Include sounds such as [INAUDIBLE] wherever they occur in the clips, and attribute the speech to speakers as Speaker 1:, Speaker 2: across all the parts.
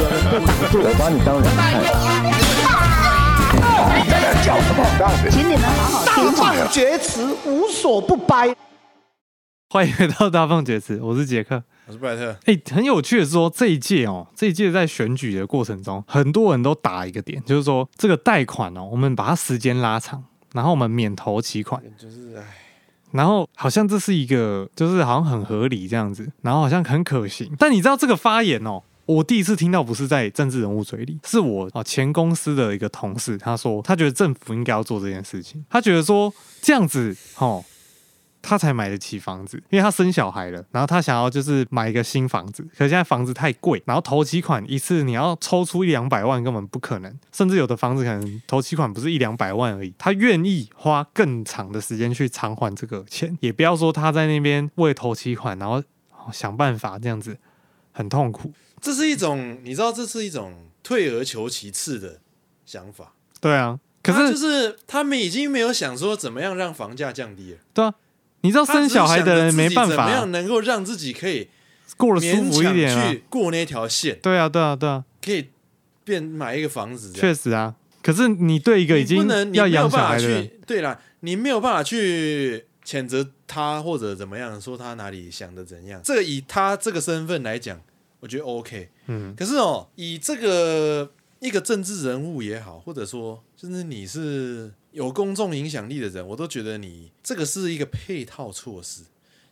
Speaker 1: 我把你当人看。
Speaker 2: 请你们好好听话。
Speaker 3: 放厥词，无所不掰。
Speaker 4: 欢迎回到大放厥词，我是杰克。
Speaker 5: 我是布莱特，
Speaker 4: 哎、很有趣的是说，这一届哦，这一届在选举的过程中，很多人都打一个点，就是说这个贷款哦，我们把它时间拉长，然后我们免投期款，
Speaker 5: 就是哎，
Speaker 4: 然后好像这是一个，就是好像很合理这样子，然后好像很可行。但你知道这个发言哦，我第一次听到不是在政治人物嘴里，是我哦前公司的一个同事，他说他觉得政府应该要做这件事情，他觉得说这样子哦。他才买得起房子，因为他生小孩了，然后他想要就是买一个新房子，可是现在房子太贵，然后头期款一次你要抽出一两百万根本不可能，甚至有的房子可能头期款不是一两百万而已，他愿意花更长的时间去偿还这个钱，也不要说他在那边为头期款然后想办法这样子很痛苦，
Speaker 5: 这是一种你知道，这是一种退而求其次的想法。
Speaker 4: 对啊，可
Speaker 5: 他
Speaker 4: 是、
Speaker 5: 就是他们已经没有想说怎么样让房价降低了，
Speaker 4: 对啊，你知道生小孩的人没办
Speaker 5: 他
Speaker 4: 法啊
Speaker 5: 只是想着自己怎么样能够让自己可以
Speaker 4: 过得舒
Speaker 5: 勉
Speaker 4: 服一点
Speaker 5: 强
Speaker 4: 啊
Speaker 5: 去，过那条线，
Speaker 4: 对啊对啊对啊，
Speaker 5: 可以变买一个房子这样。
Speaker 4: 确实啊。可是你对一个已
Speaker 5: 你不
Speaker 4: 经
Speaker 5: 能，你
Speaker 4: 要
Speaker 5: 没有
Speaker 4: 养
Speaker 5: 办
Speaker 4: 小
Speaker 5: 法
Speaker 4: 孩的人
Speaker 5: 去，，对啦，你没有办法去谴责他或者怎么样，说他哪里想的怎样。这个以他这个身份来讲，我觉得 OK。
Speaker 4: 嗯，
Speaker 5: 可是哦，以这个一个政治人物也好，或者说就是你是有公众影响力的人，我都觉得你这个是一个配套措施，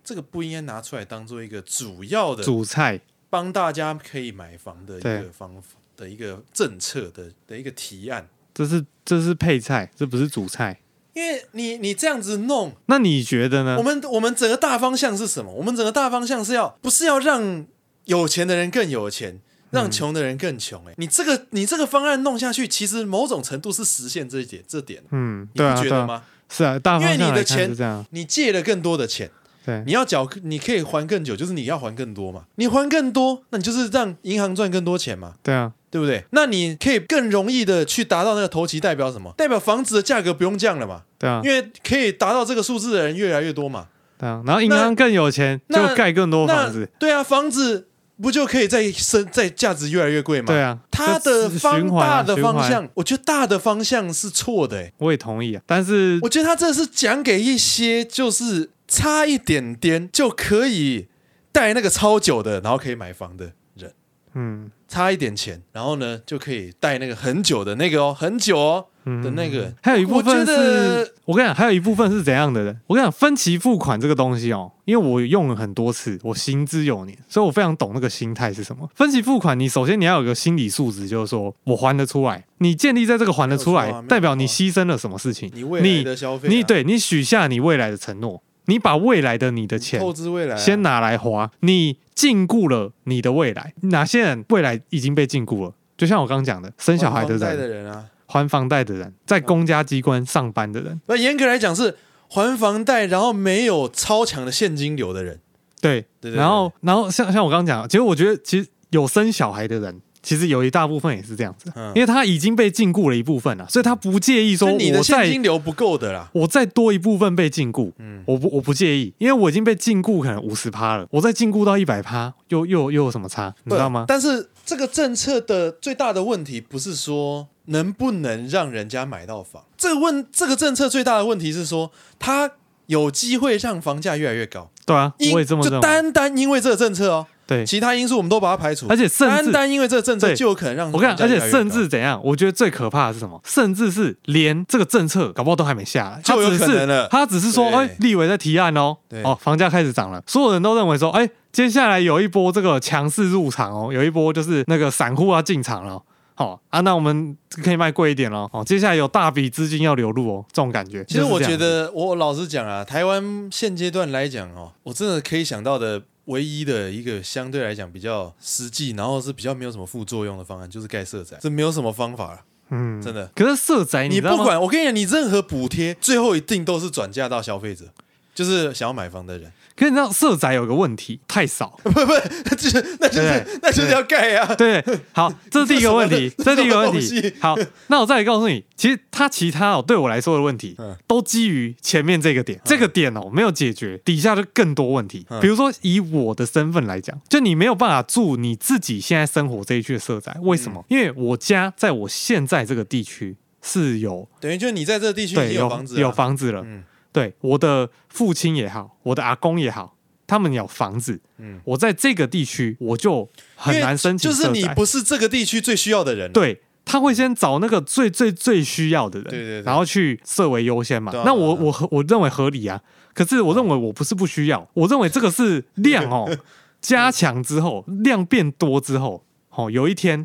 Speaker 5: 这个不应该拿出来当做一个主要的
Speaker 4: 主菜，
Speaker 5: 帮大家可以买房的一
Speaker 4: 对
Speaker 5: 个方法的一个政策的的一个提案。
Speaker 4: 这是这是配菜，这不是主菜。
Speaker 5: 因为你你这样子弄，
Speaker 4: 那你觉得呢
Speaker 5: 我？们我们整个大方向是什么？我们整个大方向是要不是要让有钱的人更有钱，
Speaker 4: 嗯
Speaker 5: 让穷的人更穷、欸？哎、你这个你这个方案弄下去，其实某种程度是实现这一点这点，
Speaker 4: 嗯，
Speaker 5: 你
Speaker 4: 对
Speaker 5: 不
Speaker 4: 啊，
Speaker 5: 觉
Speaker 4: 对
Speaker 5: 得
Speaker 4: 啊，
Speaker 5: 吗？
Speaker 4: 是啊，大
Speaker 5: 因
Speaker 4: 方
Speaker 5: 为你
Speaker 4: 向来
Speaker 5: 的
Speaker 4: 看
Speaker 5: 钱
Speaker 4: 是这样，，啊
Speaker 5: 你借了更多的钱，
Speaker 4: 对
Speaker 5: 你，要缴，你可以还更久，就是你要还更多嘛。你还更多，那你就是让银行赚更多钱嘛。
Speaker 4: 对啊，
Speaker 5: 对不对？那你可以更容易的去达到那个头期，代表什么？代表房子的价格不用降了嘛，
Speaker 4: 对啊
Speaker 5: 因，为可以达到这个数字的人越来越多嘛。
Speaker 4: 对啊。然后银
Speaker 5: 那
Speaker 4: 行更有钱，
Speaker 5: 那
Speaker 4: 就盖更多
Speaker 5: 那
Speaker 4: 房子，
Speaker 5: 对啊，房子不就可以再升，再价值越来越贵吗？
Speaker 4: 对，啊。
Speaker 5: 它
Speaker 4: 这
Speaker 5: 的
Speaker 4: 是
Speaker 5: 方
Speaker 4: 循环
Speaker 5: 大
Speaker 4: 啊
Speaker 5: 的
Speaker 4: 循
Speaker 5: 方
Speaker 4: 环
Speaker 5: 向，我觉得大的方向是错的、欸。
Speaker 4: 我也同意啊，但是
Speaker 5: 我觉得他这是讲给一些就是差一点点就可以贷那个超久的，然后可以买房的人，
Speaker 4: 嗯
Speaker 5: 差一点钱，然后呢就可以贷那个很久的那个哦，很久哦的那个人。
Speaker 4: 嗯还有一部分
Speaker 5: 我觉
Speaker 4: 是
Speaker 5: 得，
Speaker 4: 我跟你讲，还有一部分是怎样的人？我跟你讲，分期付款这个东西哦，因为我用了很多次，我行之有年，所以我非常懂那个心态是什么。分期付款，你首先你要有个心理素质，就是说我还得出来。你建立在这个还得出
Speaker 5: 没有
Speaker 4: 来
Speaker 5: 错啊，没有
Speaker 4: 代表你
Speaker 5: 错啊
Speaker 4: 牺牲了什么事情？
Speaker 5: 你未来的
Speaker 4: 你
Speaker 5: 消费啊
Speaker 4: 你对你许下你未来的承诺，你把未来的你的钱
Speaker 5: 透支未来啊、
Speaker 4: 先拿来花，你禁锢了你的未来。哪些人未来已经被禁锢了？就像我刚刚讲的，生小孩的
Speaker 5: 还房贷
Speaker 4: 人
Speaker 5: 的，人啊，
Speaker 4: 还房贷的人，在公家机关上班的人，
Speaker 5: 那严格来讲是还房贷，然后没有超强的现金流的人，
Speaker 4: 对，
Speaker 5: 对对
Speaker 4: 然后然后像像我刚刚讲的，其实我觉得其实有生小孩的人。其实有一大部分也是这样子，
Speaker 5: 嗯
Speaker 4: 因为他已经被禁锢了一部分了，所以他不介意说
Speaker 5: 就你的
Speaker 4: 我
Speaker 5: 现
Speaker 4: 再
Speaker 5: 金流不够的啦。
Speaker 4: 我再多一部分被禁锢，
Speaker 5: 嗯
Speaker 4: 我不我不介意，因为我已经被禁锢可能五十趴了，我再禁锢到一百趴，又又又有什么差？你知道吗
Speaker 5: 不？但是这个政策的最大的问题不是说能不能让人家买到房，这个问这个政策最大的问题是说它有机会让房价越来越高。
Speaker 4: 对啊，
Speaker 5: 因
Speaker 4: 我也这么认
Speaker 5: 就
Speaker 4: 为。
Speaker 5: 单单因为这个政策哦，
Speaker 4: 对，
Speaker 5: 其他因素我们都把它排除，
Speaker 4: 而且甚至
Speaker 5: 单单因为这个政策
Speaker 4: 对
Speaker 5: 就有可能让
Speaker 4: 我跟你讲，
Speaker 5: 房
Speaker 4: 而且
Speaker 5: 价嗯越来越高
Speaker 4: 甚至怎样？我觉得最可怕的是什么？甚至是连这个政策搞不好都还没下来，
Speaker 5: 就有
Speaker 4: 他只是
Speaker 5: 可能了
Speaker 4: 他只是说，
Speaker 5: 对
Speaker 4: 哎，立委在提案哦
Speaker 5: 对，
Speaker 4: 哦，房价开始涨了，所有人都认为说，哎，接下来有一波这个强势入场哦，有一波就是那个散户要进场了哦。好、啊，那我们可以卖贵一点咯。哦，接下来有大笔资金要流入哦，这种感觉。
Speaker 5: 其实我
Speaker 4: 就是这
Speaker 5: 觉
Speaker 4: 样子，
Speaker 5: 得，我老实讲啊，台湾现阶段来讲哦，我真的可以想到的唯一的一个相对来讲比较实际，然后是比较没有什么副作用的方案，就是盖社宅，这没有什么方法了，
Speaker 4: 嗯，
Speaker 5: 真的。
Speaker 4: 可是社宅哎
Speaker 5: 你
Speaker 4: 知道吗
Speaker 5: 不 [LAUGHS] 管，我跟你讲，你任何补贴，最后一定都是转嫁到消费者，就是想要买房的人。 [LAUGHS]
Speaker 4: 可是你知道社宅有个问题，太少。
Speaker 5: 那就是那就
Speaker 4: 对
Speaker 5: 是 [LAUGHS] 那就是要盖
Speaker 4: [LAUGHS]
Speaker 5: 啊，
Speaker 4: 对，
Speaker 5: [LAUGHS]
Speaker 4: 好，这是第一个问题，
Speaker 5: 这
Speaker 4: 这是第
Speaker 5: 是什么
Speaker 4: 一个问
Speaker 5: 这是什么
Speaker 4: 题
Speaker 5: 东西。
Speaker 4: 好，那我再来告诉你，其实它其他哦，对我来说的问题
Speaker 5: 嗯，
Speaker 4: 都基于前面这个点，这个点哦没有解决，底下就更多问题。
Speaker 5: 嗯
Speaker 4: 比如说以我的身份来讲，就你没有办法住你自己现在生活这一区的社宅，为什么？
Speaker 5: 嗯
Speaker 4: 因为我家在我现在这个地区是有
Speaker 5: 等于就是你在这个地区
Speaker 4: 对
Speaker 5: 你
Speaker 4: 有
Speaker 5: 房子啊，
Speaker 4: 有房子了，
Speaker 5: 嗯
Speaker 4: 对，我的父亲也好，我的阿公也好，他们有房子，
Speaker 5: 嗯
Speaker 4: 我在这个地区我就很难申请
Speaker 5: 就
Speaker 4: 社宅，
Speaker 5: 是你不是这个地区最需要的人，，啊
Speaker 4: 对。他会先找那个最最最需要的人，
Speaker 5: 对对对
Speaker 4: 然后去设为优先嘛。
Speaker 5: 对啊
Speaker 4: 那我
Speaker 5: 对啊
Speaker 4: 我合我认为合理啊，可是我认为我不是不需要，我认为这个是量
Speaker 5: [LAUGHS]
Speaker 4: 哦加强之后，量变多之后，哦有一天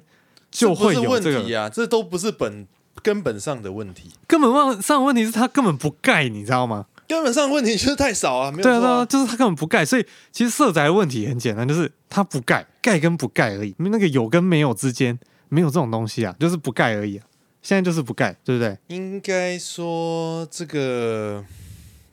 Speaker 4: 就会有
Speaker 5: 问
Speaker 4: 这个
Speaker 5: 题啊，这都不是本根本上的问题，
Speaker 4: 根本上上的问题是他根本不盖，你知道吗？
Speaker 5: 根本上的问题就是太少啊，没有
Speaker 4: 对啊，
Speaker 5: 错
Speaker 4: 对啊，
Speaker 5: 啊，
Speaker 4: 就是他根本不盖，所以其实社宅的问题很简单，就是他不盖，盖跟不盖而已，那个有跟没有之间没有这种东西啊，就是不盖而已啊。现在就是不盖，对不对？
Speaker 5: 应该说这个，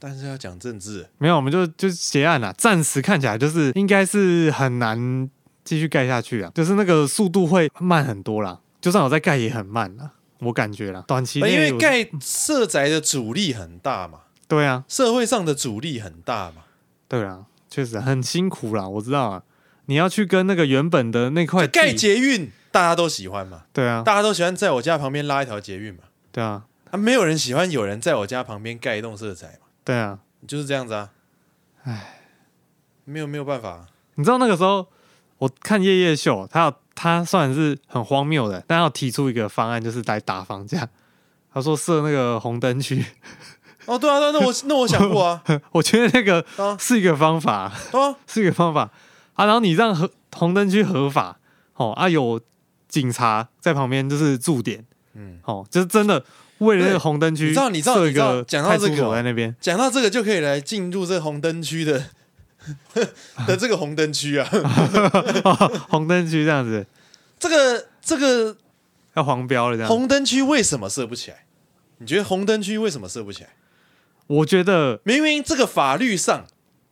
Speaker 5: 但是要讲政治，
Speaker 4: 没有，我们就就结案了。暂时看起来就是应该是很难继续盖下去啊，就是那个速度会慢很多啦。就算我再盖也很慢啦，我感觉啦，短期
Speaker 5: 哦因
Speaker 4: 内
Speaker 5: 为
Speaker 4: 我
Speaker 5: 盖社宅的阻力很大嘛，
Speaker 4: 对啊，
Speaker 5: 社会上的阻力很大嘛，
Speaker 4: 对啊，确实很辛苦啦，我知道啊。你要去跟那个原本的那块
Speaker 5: 就盖
Speaker 4: 地
Speaker 5: 捷运大家都喜欢嘛，
Speaker 4: 对啊，
Speaker 5: 大家都喜欢在我家旁边拉一条捷运嘛，
Speaker 4: 对啊，
Speaker 5: 啊，没有人喜欢有人在我家旁边盖一栋社宅嘛，
Speaker 4: 对啊。
Speaker 5: 就是这样子啊，唉，没有没有办法啊、
Speaker 4: 你知道那个时候我看夜夜秀，他有他虽然是很荒谬的，但要提出一个方案，就是来打房价。他说设那个红灯区， [LAUGHS]
Speaker 5: 哦，对啊，对啊那我那我想过啊，
Speaker 4: 我觉得那个
Speaker 5: 啊
Speaker 4: 是一个方法，
Speaker 5: 对啊，
Speaker 4: 是一个方法啊。然后你让合红灯区合法，哦啊有警察在旁边就是驻点，
Speaker 5: 嗯，
Speaker 4: 哦，就是真的为了那个红灯区，
Speaker 5: 你知道你知道
Speaker 4: 设一
Speaker 5: 你知道
Speaker 4: 个
Speaker 5: 讲到这个
Speaker 4: 派出所
Speaker 5: 哦
Speaker 4: 在那边，
Speaker 5: 讲到这个就可以来进入这红灯区的 [LAUGHS] 的这个红灯区啊，
Speaker 4: 红灯区这样子
Speaker 5: 这个这个
Speaker 4: 要黄标了这样子。
Speaker 5: 红灯区为什么设不起来？你觉得红灯区为什么设不起来？
Speaker 4: 我觉得
Speaker 5: 明明这个法律上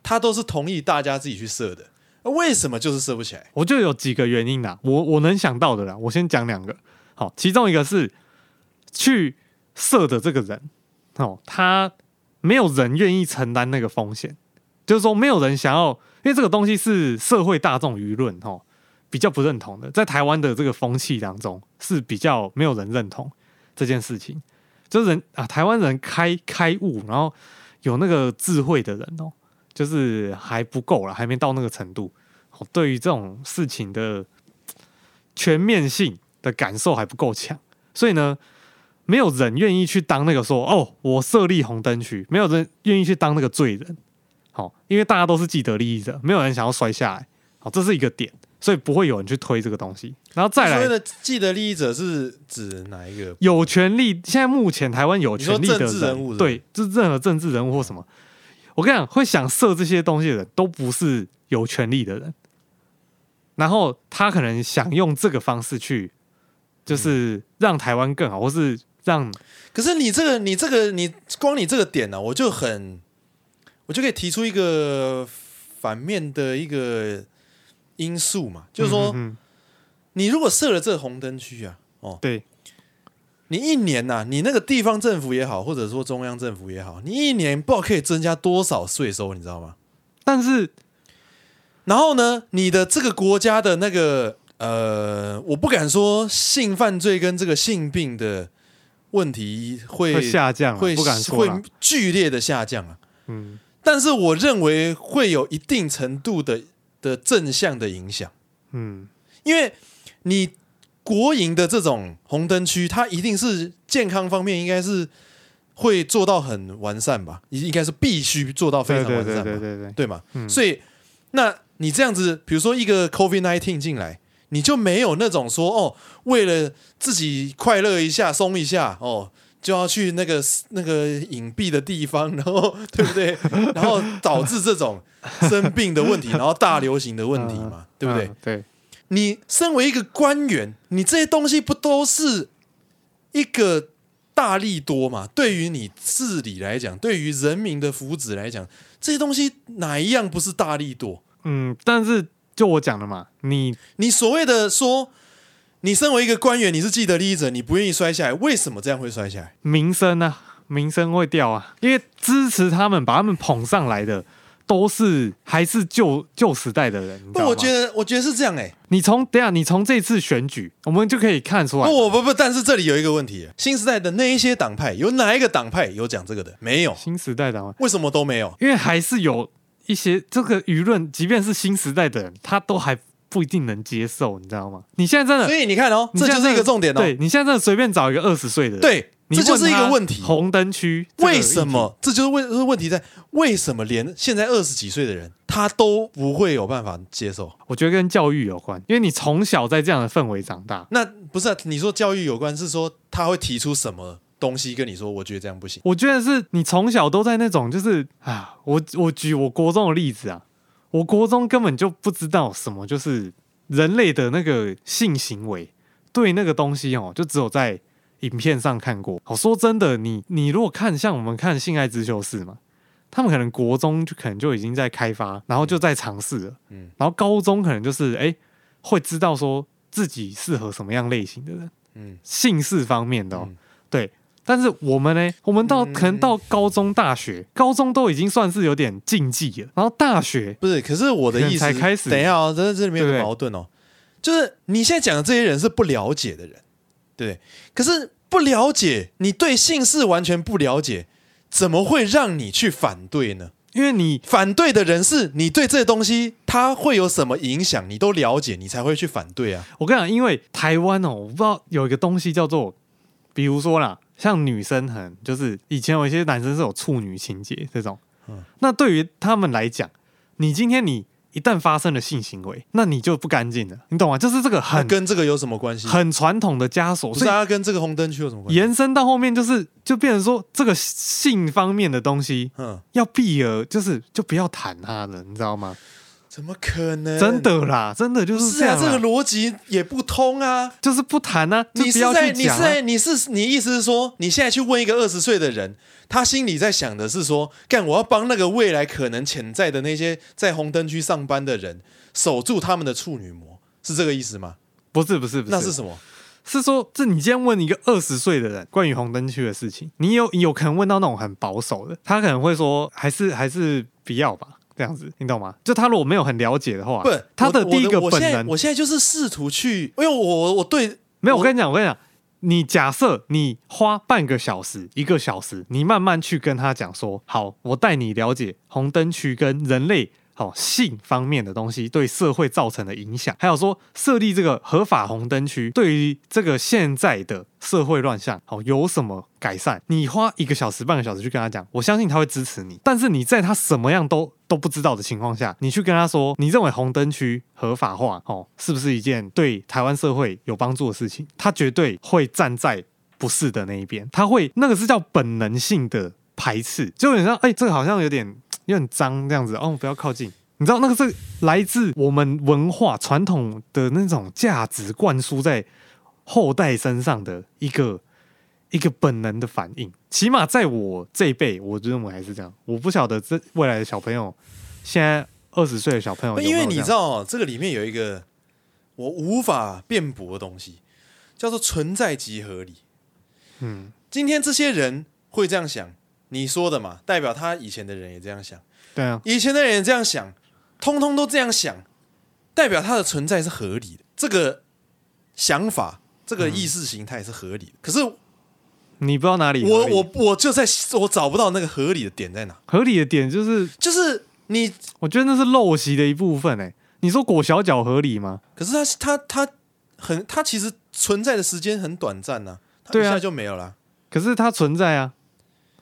Speaker 5: 它都是同意大家自己去设的，那为什么就是设不起来？
Speaker 4: 我就有几个原因啦，我我能想到的啦，我先讲两个。好，其中一个是去射的这个人，哦，他没有人愿意承担那个风险，就是说没有人想要，因为这个东西是社会大众舆论哦比较不认同的，在台湾的这个风气当中是比较没有人认同这件事情，就是人啊，台湾人开开悟，然后有那个智慧的人哦，就是还不够了，还没到那个程度。哦，对于这种事情的嘖全面性的感受还不够强，所以呢，没有人愿意去当那个说哦，我设立红灯区，没有人愿意去当那个罪人。好、因为大家都是既得利益者，没有人想要摔下来。好、这是一个点，所以不会有人去推这个东西。然后再
Speaker 5: 所谓
Speaker 4: 来，
Speaker 5: 的既得利益者是指哪一个？
Speaker 4: 有权利，现在目前台湾有权利的
Speaker 5: 你说政治人物是不是
Speaker 4: 对，就是任何政治人物或什么，我跟你讲，会想设这些东西的人，都不是有权利的人。然后他可能想用这个方式去，就是让台湾更好，或是
Speaker 5: 嗯
Speaker 4: 让
Speaker 5: 可是你这个你这个你光你这个点呢、我就很我就可以提出一个反面的一个因素嘛，就是说。
Speaker 4: 嗯嗯
Speaker 5: 你如果设了这个红灯区啊，哦，
Speaker 4: 对，
Speaker 5: 你一年呐、你那个地方政府也好，或者说中央政府也好，你一年不知道可以增加多少税收，你知道吗？
Speaker 4: 但是
Speaker 5: 然后呢，你的这个国家的那个呃，我不敢说性犯罪跟这个性病的问题会
Speaker 4: 会下降啊
Speaker 5: 会
Speaker 4: 不敢说
Speaker 5: 会
Speaker 4: 啦
Speaker 5: 剧烈的下降啊。
Speaker 4: 嗯，
Speaker 5: 但是我认为会有一定程度的的正向的影响。
Speaker 4: 嗯，
Speaker 5: 因为你国营的这种红灯区，它一定是健康方面应该是会做到很完善吧，应应该是必须做到
Speaker 4: 对
Speaker 5: 非常
Speaker 4: 对
Speaker 5: 完善
Speaker 4: 对对
Speaker 5: 吧，
Speaker 4: 对对，
Speaker 5: 对吗？
Speaker 4: 嗯
Speaker 5: 所以那你这样子，比如说一个 COVID nineteen 进来。你就没有那种说哦，为了自己快乐一下、松一下哦，就要去那个那个隐蔽的地方，然后对不对？然后导致这种生病的问题，然后大流行的问题嘛，对不对？
Speaker 4: 嗯对，
Speaker 5: 你身为一个官员，你这些东西不都是一个大力多嘛？对于你治理来讲，对于人民的福祉来讲，这些东西哪一样不是大力多？
Speaker 4: 嗯，但是就我讲的嘛，你
Speaker 5: 你所谓的说，你身为一个官员，你是既得利益者，你不愿意摔下来，为什么这样会摔下来？
Speaker 4: 名声啊，名声会掉啊，因为支持他们把他们捧上来的都是还是旧旧时代的人。你知
Speaker 5: 不，
Speaker 4: 道吗
Speaker 5: 我觉得，我觉得是这样哎、
Speaker 4: 你从等一下你从这次选举，我们就可以看出来，
Speaker 5: 不，我不不，但是这里有一个问题，新时代的那一些党派，有哪一个党派有讲这个的？没有，
Speaker 4: 新时代党，
Speaker 5: 为什么都没有？
Speaker 4: 因为还是有一些这个舆论，即便是新时代的人，他都还不一定能接受，你知道吗？你现在真的，
Speaker 5: 所以你看哦，
Speaker 4: 你
Speaker 5: 这
Speaker 4: 现在
Speaker 5: 就是一个重点哦。
Speaker 4: 嗯对你现在真的随便找一个二十岁的人，
Speaker 5: 对
Speaker 4: 你
Speaker 5: 这就是一个
Speaker 4: 他
Speaker 5: 问题
Speaker 4: 红灯区这个
Speaker 5: 为什么？这就是为这是问题在为什么连现在二十几岁的人他都不会有办法接受
Speaker 4: 议？题？我觉得跟教育有关，因为你从小在这样的氛围长大。
Speaker 5: 那不是、啊、你说教育有关，是说他会提出什么东西跟你说？我觉得这样不行。
Speaker 4: 我觉得是你从小都在那种就是啊，我我举我国中的例子啊，我国中根本就不知道什么就是人类的那个性行为，对那个东西哦，就只有在影片上看过。好，说真的，你你如果看像我们看《性爱之修士》嘛，他们可能国中就可能就已经在开发，然后就在尝试了，
Speaker 5: 嗯
Speaker 4: 嗯，然后高中可能就是哎会知道说自己适合什么样类型的人，
Speaker 5: 嗯
Speaker 4: 嗯，性事方面的哦，
Speaker 5: 嗯
Speaker 4: 对。但是我们呢，我们到
Speaker 5: 嗯
Speaker 4: 可能到高中、大学，高中都已经算是有点禁忌了，然后大学
Speaker 5: 不是，可是我的意思，
Speaker 4: 可能才开始
Speaker 5: 等一下哦，这这里面有
Speaker 4: 对
Speaker 5: 个
Speaker 4: 不对
Speaker 5: 矛盾哦，就是你现在讲的这些人是不了解的人，对不对？可是不了解，你对姓氏完全不了解，怎么会让你去反对呢？
Speaker 4: 因为你
Speaker 5: 反对的人是你对这东西它会有什么影响，你都了解，你才会去反对啊。
Speaker 4: 我跟你讲，因为台湾哦，我不知道有一个东西叫做，比如说啦，像女生很就是以前有一些男生是有处女情节这种，
Speaker 5: 嗯
Speaker 4: 那对于他们来讲，你今天你一旦发生了性行为，那你就不干净了，你懂吗？就是这个
Speaker 5: 那
Speaker 4: 很
Speaker 5: 跟这个有什么关系？
Speaker 4: 很传统的枷锁，
Speaker 5: 不是啊
Speaker 4: 所以
Speaker 5: 它跟这个红灯区有什么关系？
Speaker 4: 延伸到后面就是就变成说这个性方面的东西。
Speaker 5: 嗯，
Speaker 4: 要避而就是就不要谈它了，你知道吗？
Speaker 5: 怎么可能？
Speaker 4: 真的啦，真的就
Speaker 5: 不
Speaker 4: 是
Speaker 5: 是
Speaker 4: 这样
Speaker 5: 啊，
Speaker 4: 啦、
Speaker 5: 这个逻辑也不通啊。
Speaker 4: 就是不谈呢、啊，就
Speaker 5: 你
Speaker 4: 不
Speaker 5: 是
Speaker 4: 要
Speaker 5: 在
Speaker 4: 去
Speaker 5: 你
Speaker 4: 讲
Speaker 5: 是
Speaker 4: 啊、
Speaker 5: 在你是你意思是说，你现在去问一个二十岁的人，他心里在想的是说，干我要帮那个未来可能潜在的那些在红灯区上班的人守住他们的处女膜，是这个意思吗？
Speaker 4: 不是不是不是，
Speaker 5: 那是什么？
Speaker 4: 是说，这你今天问一个二十岁的人关于红灯区的事情，你有有可能问到那种很保守的，他可能会说还是还是不要吧，这样子，你懂吗？就他如果没有很了解的话，
Speaker 5: 不，
Speaker 4: 他
Speaker 5: 我
Speaker 4: 第一个
Speaker 5: 我
Speaker 4: 本
Speaker 5: 我现在
Speaker 4: 能
Speaker 5: 我现在就是试图去，因为我我我对
Speaker 4: 没有。我跟你讲，我跟你讲，你假设你花半个小时、一个小时，你慢慢去跟他讲说，好，我带你了解红灯区跟人类。好、性方面的东西对社会造成的影响，还有说设立这个合法红灯区对于这个现在的社会乱象，好、有什么改善？你花一个小时、半个小时去跟他讲，我相信他会支持你。但是你在他什么样都都不知道的情况下，你去跟他说，你认为红灯区合法化，哦，是不是一件对台湾社会有帮助的事情？他绝对会站在不是的那一边，他会那个是叫本能性的排斥，就有点像，哎、这个好像有点有点脏这样子，哦，不要靠近。你知道那个是来自我们文化传统的那种价值灌输在后代身上的一个一个本能的反应。起码在我这一辈，我认为还是这样。我不晓得这未来的小朋友，现在二十岁的小朋友有没有
Speaker 5: 因
Speaker 4: 这样，
Speaker 5: 为你知道、哦，这个里面有一个我无法辩驳的东西，叫做存在即合理。
Speaker 4: 嗯，
Speaker 5: 今天这些人会这样想，你说的嘛，代表他以前的人也这样想，
Speaker 4: 对啊，
Speaker 5: 以前的人也这样想，通通都这样想，代表他的存在是合理的。这个想法，这
Speaker 4: 嗯
Speaker 5: 个意识形态是合理的。可是我
Speaker 4: 你不知道哪里合理
Speaker 5: 我我就在我找不到那个合理的点在哪，
Speaker 4: 合理的点就是，
Speaker 5: 就是你，
Speaker 4: 我觉得那是陋习的一部分、哎，你说裹小脚合理吗？
Speaker 5: 可是他他他很他其实存在的时间很短暂呐、他一
Speaker 4: 对啊
Speaker 5: 下就没有了。
Speaker 4: 可是它存在啊，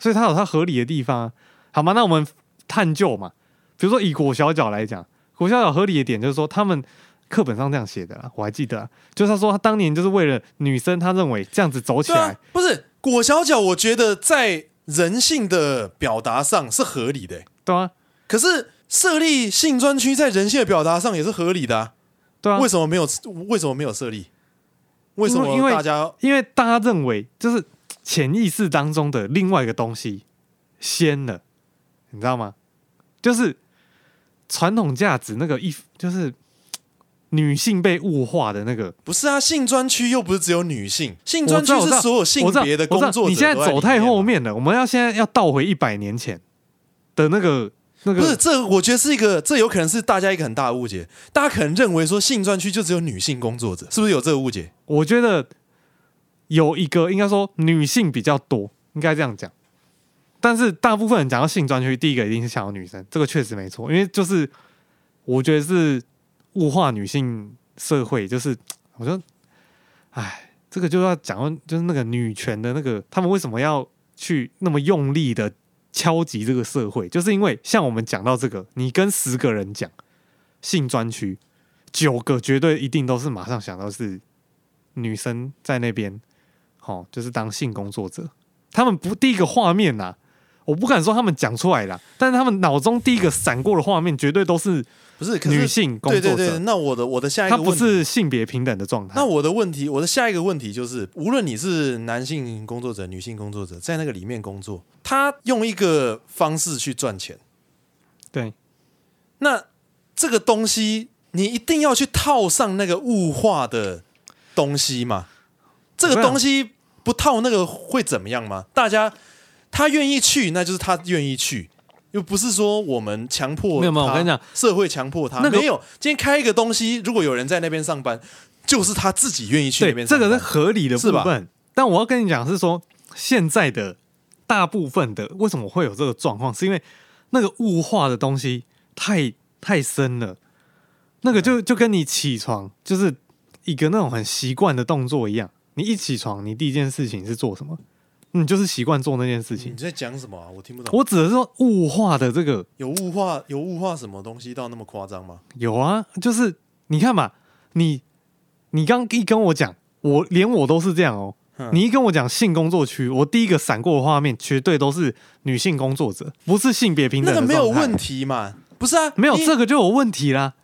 Speaker 4: 所以它有它合理的地方、啊，好吗？那我们探究嘛，比如说以裹小脚来讲，裹小脚合理的点就是说，他们课本上这样写的啦，我还记得、啊，就是他说他当年就是为了女生，他认为这样子走起
Speaker 5: 对啊
Speaker 4: 来，，
Speaker 5: 不是裹小脚，我觉得在人性的表达上是合理的欸、
Speaker 4: 对啊，
Speaker 5: 可是设立性专区在人性的表达上也是合理的、啊，
Speaker 4: 对啊，
Speaker 5: 为什么没有？为什么没有设立？为什
Speaker 4: 因
Speaker 5: 么
Speaker 4: 为
Speaker 5: 大家
Speaker 4: 因为大家认为就是潜意识当中的另外一个东西先了，你知道吗？就是传统价值那个一就是嘖女性被物化的那个。
Speaker 5: 不是啊，性专区又不是只有女性，性
Speaker 4: 我
Speaker 5: 专
Speaker 4: 知
Speaker 5: 区
Speaker 4: 道，我知
Speaker 5: 是
Speaker 4: 道，
Speaker 5: 所有性
Speaker 4: 我知道
Speaker 5: 别的
Speaker 4: 我
Speaker 5: 工
Speaker 4: 知道
Speaker 5: 作者。
Speaker 4: 你现在走太后，面了，我们要现在要倒回一百年前的那个那
Speaker 5: 不是
Speaker 4: 个。
Speaker 5: 这？我觉得是一个，这有可能是大家一个很大的误解。大家可能认为说性专区就只有女性工作者，是不是有这个误解？
Speaker 4: 我觉得有一个应该说女性比较多，应该这样讲。但是大部分人讲到性专区，第一个一定是想到女生，这个确实没错，因为就是我觉得是物化女性社会，就是我说，哎，这个就要讲到就是那个女权的那个，他们为什么要去那么用力的敲击这个社会，就是因为像我们讲到这个，你跟十个人讲性专区，九个绝对一定都是马上想到是女生在那边，哦，就是当性工作者，他们不第一个画面呐、我不敢说他们讲出来啦，但是他们脑中第一个闪过的画面，绝对都是
Speaker 5: 不是，可是
Speaker 4: 女性工
Speaker 5: 对
Speaker 4: 作者。
Speaker 5: 对对，那我的我的下一
Speaker 4: 它
Speaker 5: 个问
Speaker 4: 不
Speaker 5: 题
Speaker 4: 是性别平等的状态。
Speaker 5: 那我的问题，我的下一个问题就是，无论你是男性工作者、女性工作者，在那个里面工作，他用一个方式去赚钱，
Speaker 4: 对
Speaker 5: 那这个东西你一定要去套上那个物化的东西嘛？这个东西不套那个会怎么样吗？大家他愿意去，那就是他愿意去。又不是说我们强迫他，
Speaker 4: 没有没有我跟你讲
Speaker 5: 社会强迫他，
Speaker 4: 那个
Speaker 5: 没有。今天开一个东西，如果有人在那边上班，就是他自己愿意去那
Speaker 4: 对，
Speaker 5: 边
Speaker 4: 这
Speaker 5: 上班。
Speaker 4: 个是合理的
Speaker 5: 是
Speaker 4: 部
Speaker 5: 吧
Speaker 4: 分。但我要跟你讲是说，现在的大部分的为什么会有这个状况，是因为那个物化的东西太太深了。那个
Speaker 5: 嗯
Speaker 4: 就就跟你起床就是一个那种很习惯的动作一样，你一起床，你第一件事情是做什么？你就是习惯做那件事
Speaker 5: 你
Speaker 4: 情。
Speaker 5: 在讲什么啊？我听不懂。
Speaker 4: 我指的是说物化的这个
Speaker 5: 有物化有物化什么东西到那么夸张吗？
Speaker 4: 有啊，就是你看嘛，你你刚一跟我讲，我连我都是这样哦。
Speaker 5: 嗯
Speaker 4: 你一跟我讲性工作区，我第一个闪过的画面绝对都是女性工作者，不是性别平
Speaker 5: 那
Speaker 4: 等
Speaker 5: 个
Speaker 4: 的
Speaker 5: 没有
Speaker 4: 状态
Speaker 5: 问，题嘛？不是啊，
Speaker 4: 没有
Speaker 5: 你
Speaker 4: 这个就有问题啦。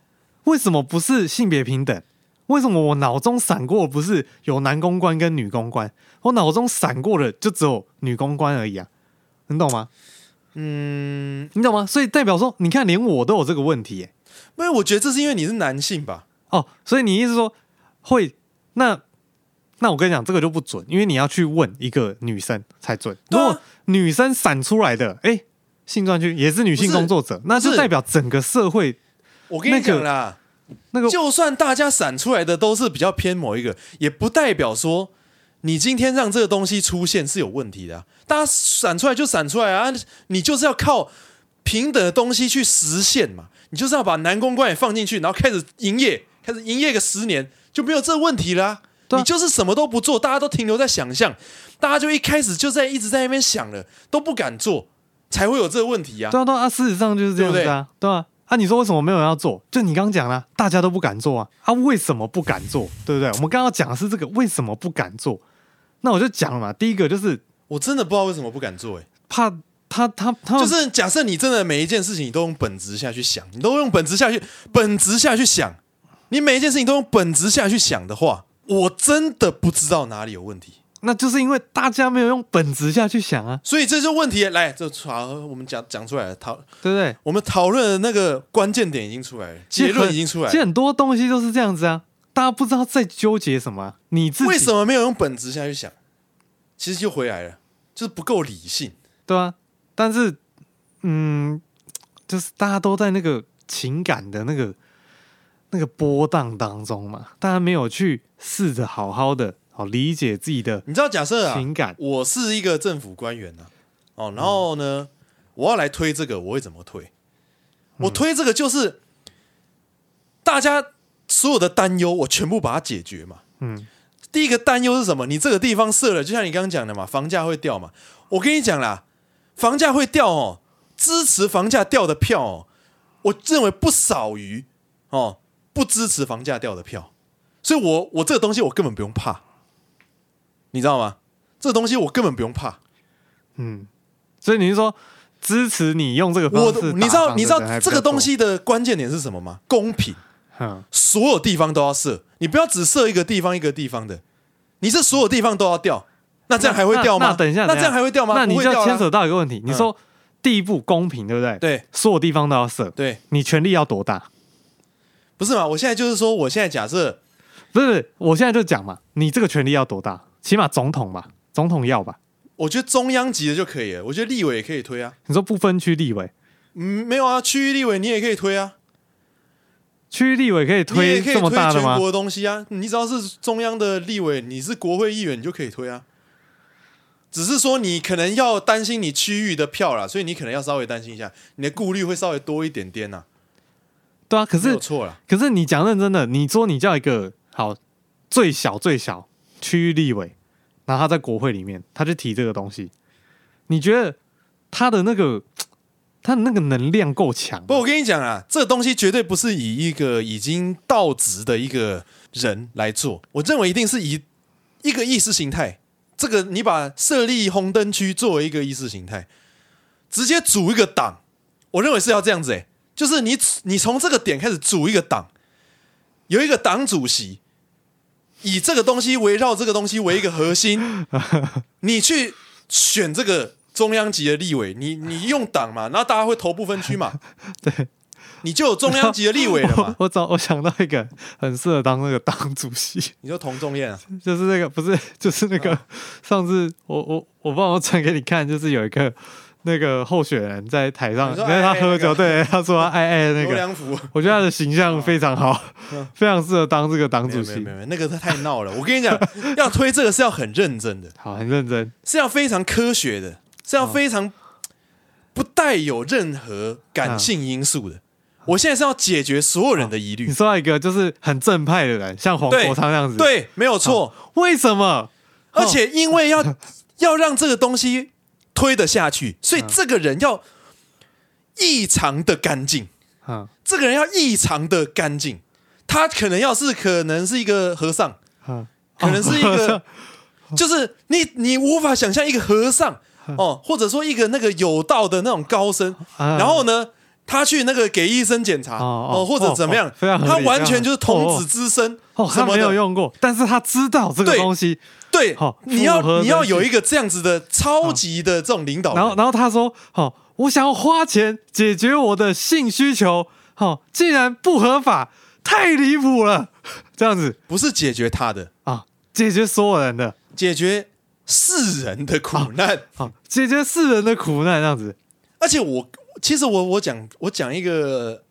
Speaker 4: 为什么不是性别平等？为什么我脑中闪过不是有男公关跟女公关？我脑中闪过的就只有女公关而已啊，你懂吗？
Speaker 5: 嗯，
Speaker 4: 你懂吗？所以代表说，你看连我都有这个问题耶、
Speaker 5: 没有，我觉得这是因为你是男性吧？
Speaker 4: 哦，所以你意思说会那那我跟你讲，这个就不准，因为你要去问一个女生才准。如
Speaker 5: 对啊
Speaker 4: 果女生闪出来的，哎、性专区也是女性
Speaker 5: 不是
Speaker 4: 工作者，那
Speaker 5: 不
Speaker 4: 就是代表整个社会
Speaker 5: 我跟你
Speaker 4: 那个
Speaker 5: 讲啦，
Speaker 4: 那个
Speaker 5: 就算大家闪出来的都是比较偏某一个，也不代表说你今天让这个东西出现是有问题的啊、大家闪出来就闪出来啊，你就是要靠平等的东西去实现嘛，你就是要把男公关也放进去，然后开始营业，开始营业个十年就没有这问题啦、
Speaker 4: 对啊
Speaker 5: 你就是什么都不做，大家都停留在想象，大家就一开始就在一直在那边想了，都不敢做，才会有这个问题呀、
Speaker 4: 对啊对啊，啊事实上就是这样子啊，对啊。啊，你说为什么没有人要做？就你刚刚讲啦，大家都不敢做啊。啊，为什么不敢做？对不对？我们刚刚讲的是这个，为什么不敢做？那我就讲了嘛，第一个就是
Speaker 5: 我真的不知道为什么不敢做、欸，
Speaker 4: 怕他他他们
Speaker 5: 就是假设你真的每一件事情你都用本质下去想，你都用本质下去本质下去想，你每一件事情都用本质下去想的话，我真的不知道哪里有问题。
Speaker 4: 那就是因为大家没有用本质下去想啊，
Speaker 5: 所以这就问题来，这好，我们讲讲出来了，讨
Speaker 4: 对不对？
Speaker 5: 我们讨论的那个关键点已经出来了，
Speaker 4: 其实
Speaker 5: 结论
Speaker 4: 很
Speaker 5: 已经出来
Speaker 4: 其实
Speaker 5: 了，
Speaker 4: 很多东西都是这样子啊，大家不知道在纠结什么啊、你自己
Speaker 5: 为什么没有用本质下去想？其实就回来了，就是不够理性。
Speaker 4: 对啊？但是，嗯，就是大家都在那个情感的那个那个波荡当中嘛，大家没有去试着好好的好理解自己的
Speaker 5: 你知道，假设啊，
Speaker 4: 情感
Speaker 5: 我是一个政府官员啊，哦，然后呢，我要来推这个，我会怎么推？
Speaker 4: 嗯
Speaker 5: 我推这个就是大家所有的担忧，我全部把它解决嘛。
Speaker 4: 嗯，
Speaker 5: 第一个担忧是什么？你这个地方设了，就像你刚刚讲的嘛，房价会掉嘛。我跟你讲啦，房价会掉哦，支持房价掉的票哦，我认为不少于哦不支持房价掉的票，所以我我这个东西我根本不用怕，你知道吗？这个东西我根本不用怕。
Speaker 4: 嗯，所以你是说支持你用这个方
Speaker 5: 我
Speaker 4: 式打
Speaker 5: 的
Speaker 4: 房的人还比较多，
Speaker 5: 你知道你知道这个东西的关键点是什么吗？公平，
Speaker 4: 嗯，
Speaker 5: 所有地方都要设，你不要只设一个地方一个地方的，你是所有地方都要掉，那这样还会掉吗？
Speaker 4: 那那等一下，
Speaker 5: 那这样还会掉吗？
Speaker 4: 那你
Speaker 5: 不会
Speaker 4: 就要
Speaker 5: 掉啊
Speaker 4: 牵扯到一个问题，你说第一步公平，对不对？，
Speaker 5: 对
Speaker 4: 所有地方都要设。
Speaker 5: 对，
Speaker 4: 你权力要多大？
Speaker 5: 不是嘛？我现在就是说，我现在假设
Speaker 4: 不是，我现在就讲嘛，你这个权力要多大？起码总统吧，总统要吧？
Speaker 5: 我觉得中央级的就可以了，我觉得立委也可以推啊。
Speaker 4: 你说不分区立委，
Speaker 5: 嗯，没有啊，区域立委你也可以推啊，
Speaker 4: 区域立委可以
Speaker 5: 你也
Speaker 4: 推
Speaker 5: 可以
Speaker 4: 这么
Speaker 5: 推
Speaker 4: 大的
Speaker 5: 全
Speaker 4: 吗
Speaker 5: 国？的东西啊。你只要是中央的立委，你是国会议员，你就可以推啊。只是说你可能要担心你区域的票啦，所以你可能要稍微担心一下，你的顾虑会稍微多一点点呐、
Speaker 4: 对啊，可
Speaker 5: 没
Speaker 4: 是
Speaker 5: 有错啦，
Speaker 4: 可是你讲认真的，你说你叫一个好最小最小区域立委，然后他在国会里面，他就提这个东西，你觉得他的那个他的那个能量够强吗？
Speaker 5: 不，我跟你讲啊，这东西绝对不是以一个已经到职的一个人来做，我认为一定是以一个意识形态。这个你把设立红灯区作为一个意识形态，直接组一个党，我认为是要这样子诶、欸就是你你从这个点开始组一个党，有一个党主席，以这个东西围绕这个东西为一个核心，你去选这个中央级的立委，你你用党嘛，然后大家会投不分区嘛，
Speaker 4: 对，
Speaker 5: 你就有中央级的立委了
Speaker 4: 我。 [LAUGHS]
Speaker 5: 嘛
Speaker 4: 我找我想到一个很适合当那个党主席，
Speaker 5: 你说童仲彦啊，
Speaker 4: 就是那个不是就是那
Speaker 5: 嗯
Speaker 4: 个、 [LAUGHS] 上次我我我帮我传给你看，就是有一个那个候选人在台上，
Speaker 5: 你
Speaker 4: 因
Speaker 5: 说
Speaker 4: 为
Speaker 5: 哎
Speaker 4: 他
Speaker 5: 哎
Speaker 4: 喝
Speaker 5: 那
Speaker 4: 酒，
Speaker 5: 个
Speaker 4: 对，他
Speaker 5: [LAUGHS]
Speaker 4: 说他爱爱那
Speaker 5: 罗
Speaker 4: 个，
Speaker 5: 良福。啊
Speaker 4: 我觉得他的形象非常好， [LAUGHS] 非常适合当这个党
Speaker 5: 嗯没有
Speaker 4: 主
Speaker 5: 没有
Speaker 4: 席
Speaker 5: 没有，没有，那个太闹了。我跟你讲， [LAUGHS] 要推这个是要很认真的，
Speaker 4: 好，很认真，
Speaker 5: 是要非常科学的，是要非常不带有任何感性因素
Speaker 4: 嗯
Speaker 5: 的。我现在是要解决所有人的疑
Speaker 4: 你
Speaker 5: 虑，
Speaker 4: 说到一个就是很正派的人，像黄
Speaker 5: 对
Speaker 4: 国昌那样子，，
Speaker 5: 对，没有错。
Speaker 4: 为什么？
Speaker 5: 而且因为
Speaker 4: 嗯
Speaker 5: 要要让这个东西推得下去，所以这个人要异常的干净，
Speaker 4: 嗯
Speaker 5: 这个人要异常的干净。他可能要是可能是一个和尚，
Speaker 4: 嗯，
Speaker 5: 可能是一
Speaker 4: 哦
Speaker 5: 个，就是你你无法想象一个和尚
Speaker 4: 嗯
Speaker 5: 哦，或者说一个那个有道的那种高僧，
Speaker 4: 啊
Speaker 5: 然后呢，他去那个给医生检查
Speaker 4: 哦
Speaker 5: 哦
Speaker 4: 哦，
Speaker 5: 或者怎么
Speaker 4: 哦
Speaker 5: 样，
Speaker 4: 非常合理
Speaker 5: 他完全就是童子之身
Speaker 4: 哦，
Speaker 5: 什
Speaker 4: 他
Speaker 5: 么
Speaker 4: 没有
Speaker 5: 的。
Speaker 4: 用过，但是他知道这个
Speaker 5: 对
Speaker 4: 东西，
Speaker 5: 对
Speaker 4: 好，
Speaker 5: 你
Speaker 4: 符合
Speaker 5: 要你要
Speaker 4: 人性
Speaker 5: 有一个这样子的超级的这种领导人，
Speaker 4: 然后，然后他说：“哦，我想要花钱解决我的性需求，哦，竟然不合法，太离谱了！ [LAUGHS] 这样子
Speaker 5: 不是解决他的，
Speaker 4: 啊、解决所有人的，
Speaker 5: 解决世人的苦难。
Speaker 4: 啊、解决世人的苦难，这样子，
Speaker 5: 而且我其实我我讲我讲一个，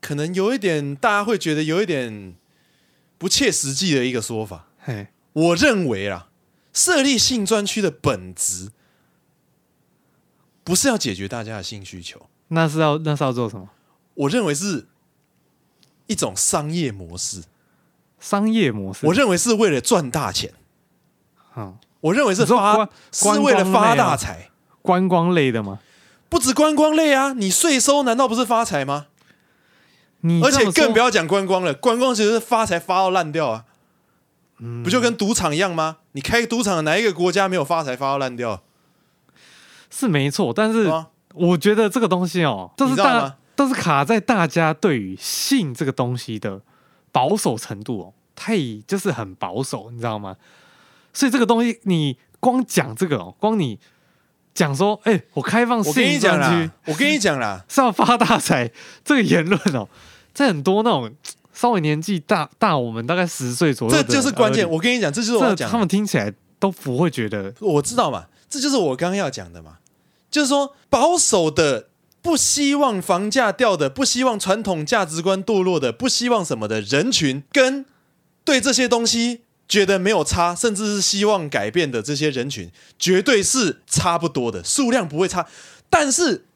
Speaker 5: 可能有一点大家会觉得有一点不切实际的一个说法。
Speaker 4: 嘿，
Speaker 5: 我认为啦，设立性专区的本质不是要解决大家的性需求，
Speaker 4: 那是要那是要做什么？
Speaker 5: 我认为是一种商业模式。
Speaker 4: 商业模式？
Speaker 5: 我认为是为了赚大钱，
Speaker 4: 嗯，
Speaker 5: 我认为是
Speaker 4: 你说
Speaker 5: 发
Speaker 4: 观
Speaker 5: 是为了
Speaker 4: 观光类
Speaker 5: 发
Speaker 4: 啊
Speaker 5: 大财。
Speaker 4: 观光类的吗？
Speaker 5: 不止观光类啊，你税收难道不是发财吗？
Speaker 4: 你
Speaker 5: 而且更不
Speaker 4: 要
Speaker 5: 要讲观光了，观光其实是发财发到烂掉啊，不就跟赌场一样吗？你开赌场，哪一个国家没有发财发到烂掉？
Speaker 4: 是没错，但是
Speaker 5: 啊
Speaker 4: 我觉得这个东西哦，都是
Speaker 5: 你知道
Speaker 4: 大
Speaker 5: 吗
Speaker 4: 都是卡在大家对于性这个东西的保守程度哦，太就是很保守，你知道吗？所以这个东西你光讲这个哦，光你讲说，哎、我开放
Speaker 5: 我跟你
Speaker 4: 性
Speaker 5: 讲
Speaker 4: 专
Speaker 5: 啦
Speaker 4: 区，
Speaker 5: 我跟你讲啦，
Speaker 4: 是要发大财，这个言论哦，在很多那种稍微年纪大大 [LAUGHS] 我们大概十岁左右的人
Speaker 5: 这
Speaker 4: 耳里，
Speaker 5: 就是关键。我跟你讲，这就是我要
Speaker 4: 这
Speaker 5: 讲
Speaker 4: 他
Speaker 5: 的
Speaker 4: 们，听起来都不会觉得
Speaker 5: 我知道嘛，这就是我刚刚要讲的嘛，就是说保守的。不希望房价掉的，不希望传统价值观堕落的，不希望什么的人群，跟对这些东西觉得没有差，甚至是希望改变的这些人群，绝对是差不多的，数量不会差。但是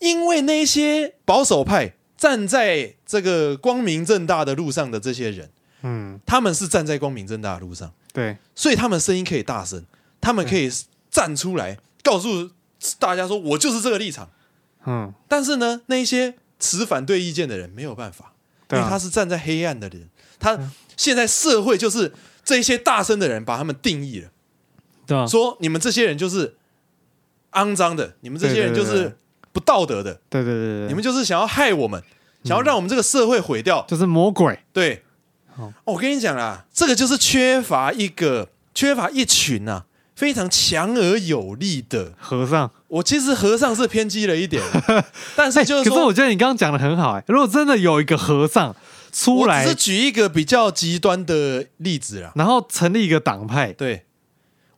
Speaker 5: 因为那些保守派站在这个光明正大的路上的这些人，
Speaker 4: 嗯，
Speaker 5: 他们是站在光明正大的路上，
Speaker 4: 对，
Speaker 5: 所以他们声音可以大声，他
Speaker 4: 嗯
Speaker 5: 们可以站出来告诉大家说，我就是这个立场。
Speaker 4: 嗯，
Speaker 5: 但是呢，那一些持反对意见的人没有办法，因
Speaker 4: 对啊啊
Speaker 5: 为他是站在黑暗的人，他现在社会就是这些大声的人把他们定义了，
Speaker 4: 对啊，
Speaker 5: 说你们这些人就是肮脏的，你们这些人就
Speaker 4: 对对对对
Speaker 5: 是不道德的，
Speaker 4: 对对对对，
Speaker 5: 你们就是想要害我们，想要让我们这个社会毁掉。
Speaker 4: 就是魔鬼。
Speaker 5: 对，
Speaker 4: 好
Speaker 5: 哦，我跟你讲啦，这个就是缺乏一个缺乏一群啊非常强而有力的
Speaker 4: 和尚
Speaker 5: 我其实和尚是偏激了
Speaker 4: [LAUGHS]
Speaker 5: 一点，但是就是
Speaker 4: 哎可是
Speaker 5: 说，
Speaker 4: 我觉得你刚刚讲的很好哎、如果真的有一个和尚出
Speaker 5: 我
Speaker 4: 来
Speaker 5: 只是，举一个比较极端的例子啦。
Speaker 4: 然后成立一个党派，
Speaker 5: 对，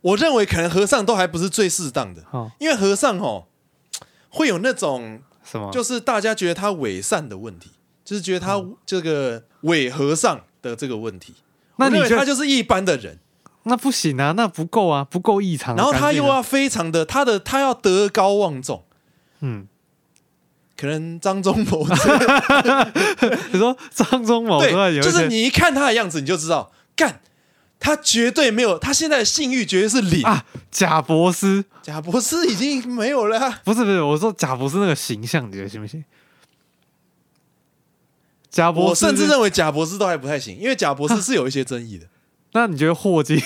Speaker 5: 我认为可能和尚都还不是最适当的，
Speaker 4: 哦，
Speaker 5: 因为和尚哦会有那种
Speaker 4: 什么？
Speaker 5: 就是大家觉得他伪善的问题，就是觉得他这个伪和尚的这个问题。
Speaker 4: 那
Speaker 5: 我
Speaker 4: 你
Speaker 5: 认为
Speaker 4: 就
Speaker 5: 他就是一般的人，
Speaker 4: 那不行啊，那不够啊，不够异常的
Speaker 5: 然后
Speaker 4: 干净啊。
Speaker 5: 他又要非常的他的他要德高望重，
Speaker 4: 嗯， [LAUGHS]
Speaker 5: 可能张忠谋
Speaker 4: 你说张忠谋突然有一
Speaker 5: 对，就是
Speaker 4: 些
Speaker 5: 你一看他的样子你就知道，干他绝对没有，他现在的性欲绝对是零。
Speaker 4: 啊，贾博士
Speaker 5: 贾博士已经没有了啊，
Speaker 4: 不是不是，我说贾博士那个形象，你觉得行不行？贾博
Speaker 5: 我
Speaker 4: 士，
Speaker 5: 甚至认为贾博士都还不太行，因为贾博士是有一些争议的。
Speaker 4: 那你觉得霍金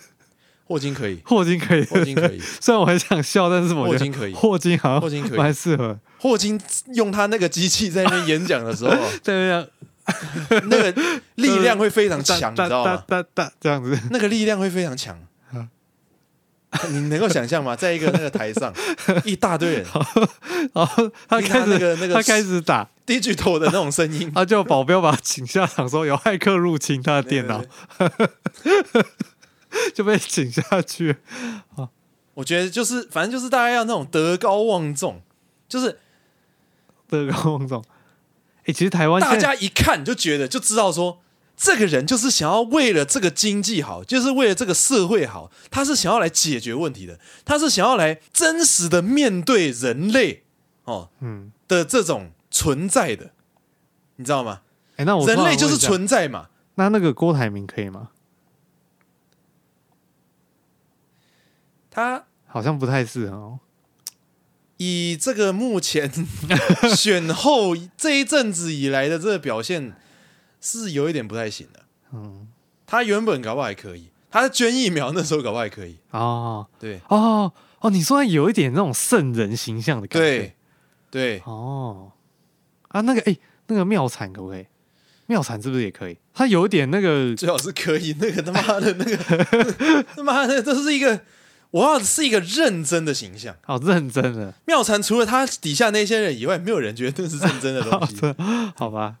Speaker 4: [LAUGHS]
Speaker 5: 霍金可以，
Speaker 4: 霍金可以？
Speaker 5: 霍金可以
Speaker 4: [LAUGHS] 虽然我很想笑，但是我觉得
Speaker 5: 霍金可以
Speaker 4: 霍金好像
Speaker 5: 霍金可以
Speaker 4: 蛮适合。
Speaker 5: 霍金用他那个机器在那边演讲的时候，
Speaker 4: [LAUGHS] 对对
Speaker 5: 那个力量会非常
Speaker 4: 对， [LAUGHS]
Speaker 5: 强，你知道吗？
Speaker 4: 哒哒这样子，
Speaker 5: 那个力量会非常强。你能够想象吗？在一个那个台
Speaker 4: [LAUGHS]
Speaker 5: 上，一大堆人
Speaker 4: 然后他
Speaker 5: 因为
Speaker 4: 开
Speaker 5: 他
Speaker 4: 始
Speaker 5: 那个那个
Speaker 4: 他开始
Speaker 5: [LAUGHS]
Speaker 4: 打，
Speaker 5: digital 的那种
Speaker 4: [LAUGHS]
Speaker 5: 声音，
Speaker 4: 他就保镖把他请下场，说有骇客入侵他的电脑
Speaker 5: [LAUGHS] 对，
Speaker 4: 就被请下去。
Speaker 5: 我觉得就是反正就是大家要那种德高望重，就是
Speaker 4: 这个王总，哎，其实台湾
Speaker 5: 大
Speaker 4: 现在
Speaker 5: 家一看就觉得就知道说，这个人就是想要为了这个经济好，就是为了这个社会好，他是想要来解决问题的，他是想要来真实的面对人类哦
Speaker 4: 嗯，
Speaker 5: 的这种存在的，你知道吗？
Speaker 4: 哎，那我
Speaker 5: 人
Speaker 4: 突然
Speaker 5: 类就是
Speaker 4: 问一下，
Speaker 5: 存在嘛，
Speaker 4: 那那个郭台铭可以吗？
Speaker 5: 他
Speaker 4: 好像不太适合哦。
Speaker 5: 以这个目前 [LAUGHS] 选后这一阵子以来的这个表现，是有一点不太行的。
Speaker 4: 嗯，
Speaker 5: 他原本搞不好还可以，他捐疫苗那时候搞不好还可以，
Speaker 4: 哦
Speaker 5: 对
Speaker 4: 哦哦，你说他有一点那种圣人形象的感觉。
Speaker 5: 对对，
Speaker 4: 哦，啊，那个哎、那个妙产可不可以？妙产是不是也可以？它有一点那个
Speaker 5: 最好是可以。那个他妈的那个 [LAUGHS] 他妈的，这是一个我要是一个认真的形象。
Speaker 4: 好认真了，
Speaker 5: 妙禅除了他底下那些人以外，没有人觉得那是认真的
Speaker 4: [LAUGHS]
Speaker 5: 东西。
Speaker 4: 好吧？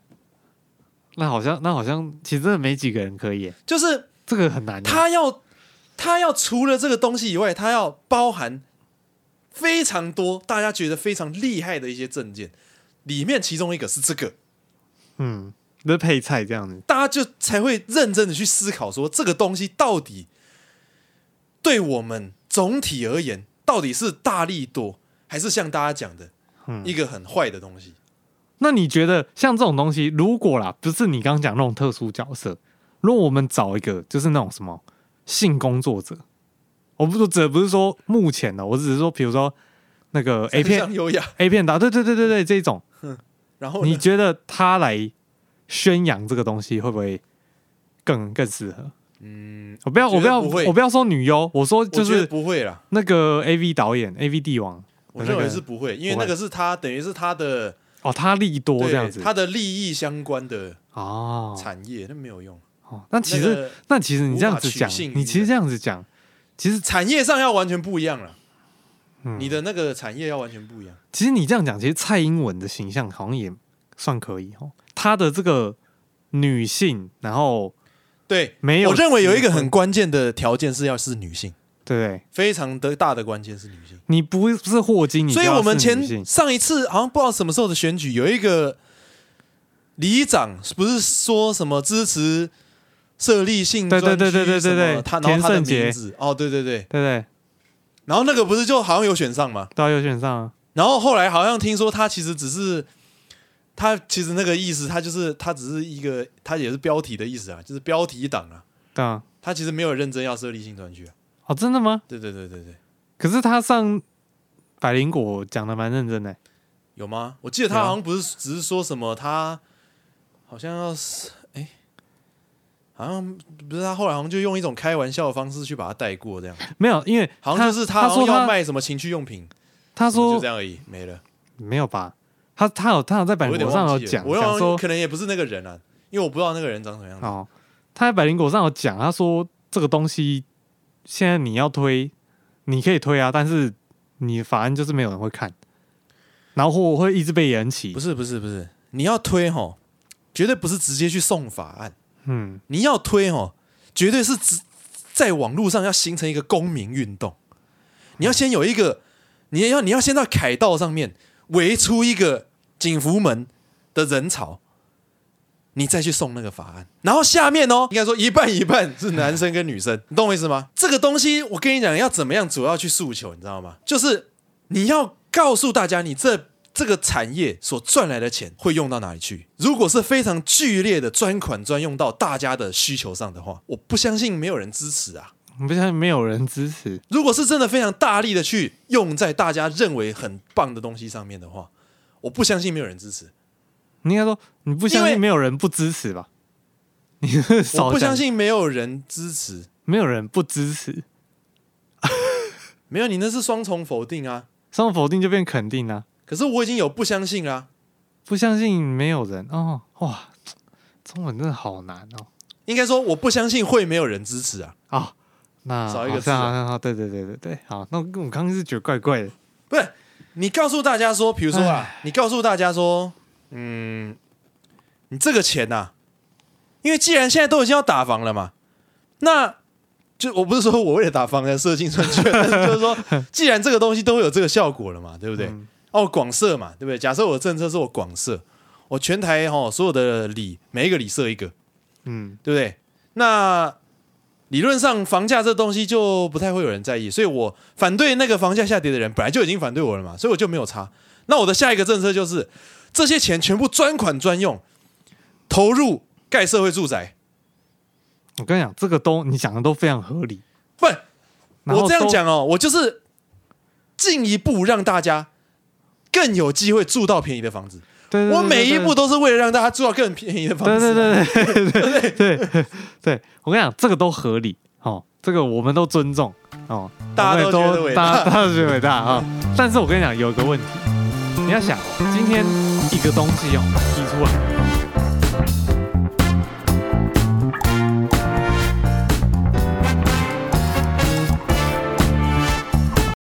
Speaker 4: 那好像那好像其实真的没几个人可以耶，
Speaker 5: 就是
Speaker 4: 这个很难耶。
Speaker 5: 他要他要除了这个东西以外，他要包含非常多大家觉得非常厉害的一些证件，里面其中一个是这个，
Speaker 4: 嗯，那配菜这样子，
Speaker 5: 大家就才会认真的去思考说这个东西到底对我们总体而言到底是大力多，还是像大家讲的
Speaker 4: 嗯
Speaker 5: 一个很坏的东西？
Speaker 4: 那你觉得像这种东西，如果啦，不是你刚刚讲那种特殊角色，如果我们找一个就是那种什么性工作者，我不是指不是说目前的，我只是说，比如说那个 A
Speaker 5: 山上
Speaker 4: 片
Speaker 5: 优雅，
Speaker 4: [LAUGHS] A 片打，对对对对对，这种。
Speaker 5: 然后呢
Speaker 4: 你觉得他来宣扬这个东西会不会更更适合？嗯，我不要，
Speaker 5: 我觉
Speaker 4: 我不
Speaker 5: 得
Speaker 4: 要，
Speaker 5: 不会
Speaker 4: 我不要说女优，我说就
Speaker 5: 我觉得
Speaker 4: 是
Speaker 5: 不会啦，
Speaker 4: 那个 A V 导演 A V 帝王的那
Speaker 5: 我
Speaker 4: 个，
Speaker 5: 认为是不会，因为
Speaker 4: 不会
Speaker 5: 那个是他等于是他的
Speaker 4: 哦，他利多
Speaker 5: 对
Speaker 4: 这样子，
Speaker 5: 他的利益相关的
Speaker 4: 哦
Speaker 5: 产业，那没有用。
Speaker 4: 哦，那其
Speaker 5: 那
Speaker 4: 实
Speaker 5: 个
Speaker 4: 那其实你这样子
Speaker 5: 无法取
Speaker 4: 讲
Speaker 5: 信于，啊
Speaker 4: 你其实
Speaker 5: 人
Speaker 4: 这样子讲，其实
Speaker 5: 产业上要完全不一样了，
Speaker 4: 嗯
Speaker 5: 你的那个产业要完全不一样。
Speaker 4: 其实你这样讲，其实蔡英文的形象好像也算可以哦，她的这个女性，然后
Speaker 5: 对，
Speaker 4: 没有
Speaker 5: 我认为有一
Speaker 4: 机
Speaker 5: 个
Speaker 4: 会
Speaker 5: 很关键的条件是要是女性，
Speaker 4: 对不对？
Speaker 5: 非常的大的关键是女性。
Speaker 4: 你不是霍金，你
Speaker 5: 所以
Speaker 4: 就要
Speaker 5: 我们
Speaker 4: 是女
Speaker 5: 前
Speaker 4: 性
Speaker 5: 上一次好像不知道什么时候的选举，有一个里长不是说什么支持设立性
Speaker 4: 对对
Speaker 5: 专区
Speaker 4: 对对对对对
Speaker 5: 什么他然后他的
Speaker 4: 田胜杰
Speaker 5: 名字哦，对对对，
Speaker 4: 对不对？
Speaker 5: 然后那个不是就好像有选上吗？
Speaker 4: 到右选上啊，
Speaker 5: 然后后来好像听说他其实只是。他其实那个意思，他就是他只是一个，他也是标题的意思啊，就是标题党啊。
Speaker 4: 对啊，
Speaker 5: 他其实没有认真要设立性专区啊。
Speaker 4: 哦，真的吗？
Speaker 5: 对对对对对，
Speaker 4: 可是他上百灵果讲的蛮认真的，欸
Speaker 5: 有吗？我记得他好像不是只是说什么，他好像要是哎、好像不是他后来好像就用一种开玩笑的方式去把他带过，这样
Speaker 4: 没有，因为
Speaker 5: 好像就是
Speaker 4: 他
Speaker 5: 好像
Speaker 4: 说
Speaker 5: 要
Speaker 4: 他
Speaker 5: 卖什么情趣用品，
Speaker 4: 他
Speaker 5: 什么
Speaker 4: 说
Speaker 5: 就这样而已，没了。
Speaker 4: 没有吧？他他有他有在百
Speaker 5: 我有
Speaker 4: 灵
Speaker 5: 点
Speaker 4: 果上有
Speaker 5: 忘记了
Speaker 4: 讲
Speaker 5: 我
Speaker 4: 讲
Speaker 5: 好像
Speaker 4: 说
Speaker 5: 可能也不是那个人啊，因为我不知道那个人长什么样子。
Speaker 4: 哦，他在百灵果上有讲，他说这个东西现在你要推，你可以推啊，但是你的法案就是没有人会看，然后或会一直被延期
Speaker 5: 不。是不是不是，你要推吼，绝对不是直接去送法案，
Speaker 4: 嗯，
Speaker 5: 你要推吼，绝对是直在网络上要形成一个公民运动，你要先有一个，你要你要先到凯道上面围出一个景福门的人潮。你再去送那个法案，然后下面哦，应该说一半一半是男生跟女生， [LAUGHS] 你懂我意思吗？这个东西我跟你讲要怎么样，主要去诉求，你知道吗？就是你要告诉大家，你这这个产业所赚来的钱会用到哪里去。如果是非常剧烈的专款专用到大家的需求上的话，我不相信没有人支持啊。
Speaker 4: 不像没有人支持，
Speaker 5: 如果是真的非常大力的去用在大家认为很棒的东西上面的话，我不相信没有人支持。
Speaker 4: 你应该说你不相
Speaker 5: 因为
Speaker 4: 信没有人不支持吧？你是少
Speaker 5: 我不
Speaker 4: 讲
Speaker 5: 相信没有人支持，
Speaker 4: 没有人不支持，
Speaker 5: 没有你那是双重否定啊。
Speaker 4: 上否定就变肯定啦、
Speaker 5: 可是我已经有不相信啦、啊
Speaker 4: 不相信没有人哦，哇，中文真的好难哦
Speaker 5: 应该说我不相信会没有人支持啊。
Speaker 4: 啊、那
Speaker 5: 少一个
Speaker 4: 好
Speaker 5: 字啊
Speaker 4: 像好像好，对对对对对，好，那我我刚刚是觉得怪怪的，
Speaker 5: 不是，你告诉大家说，比如说啊，你告诉大家说，嗯，你这个钱呐、因为既然现在都已经要打房了嘛，那就我不是说我为了打房才 [LAUGHS] 设计算券，但是就是说，既然这个东西都会有这个效果了嘛，对不对？
Speaker 4: 嗯
Speaker 5: 哦，广设嘛，对不对？假设我的政策是我广设，我全台哈、所有的里每一个里设一个，
Speaker 4: 嗯
Speaker 5: 对不对？那理论上房价这东西就不太会有人在意，所以我反对那个房价下跌的人本来就已经反对我了嘛，所以我就没有差。那我的下一个政策就是，这些钱全部专款专用，投入盖社会住宅。
Speaker 4: 我跟你讲，这个都你讲的都非常合理。
Speaker 5: 不，
Speaker 4: 然后
Speaker 5: 我这样
Speaker 4: 都，
Speaker 5: 讲哦，我就是进一步让大家更有机会住到便宜的房子。
Speaker 4: 对对对
Speaker 5: 我每一
Speaker 4: 对
Speaker 5: 步都是为了让大家住到更便宜的房子啊。
Speaker 4: 对对对对对对对，我跟你讲，这个都合理哦，这个我们都尊重哦，
Speaker 5: 大家都
Speaker 4: 我们也
Speaker 5: 觉得伟大
Speaker 4: 大家大家都觉得伟大啊、哦但是我跟你讲，有一个问题，你要想，今天一个东西哦提出来，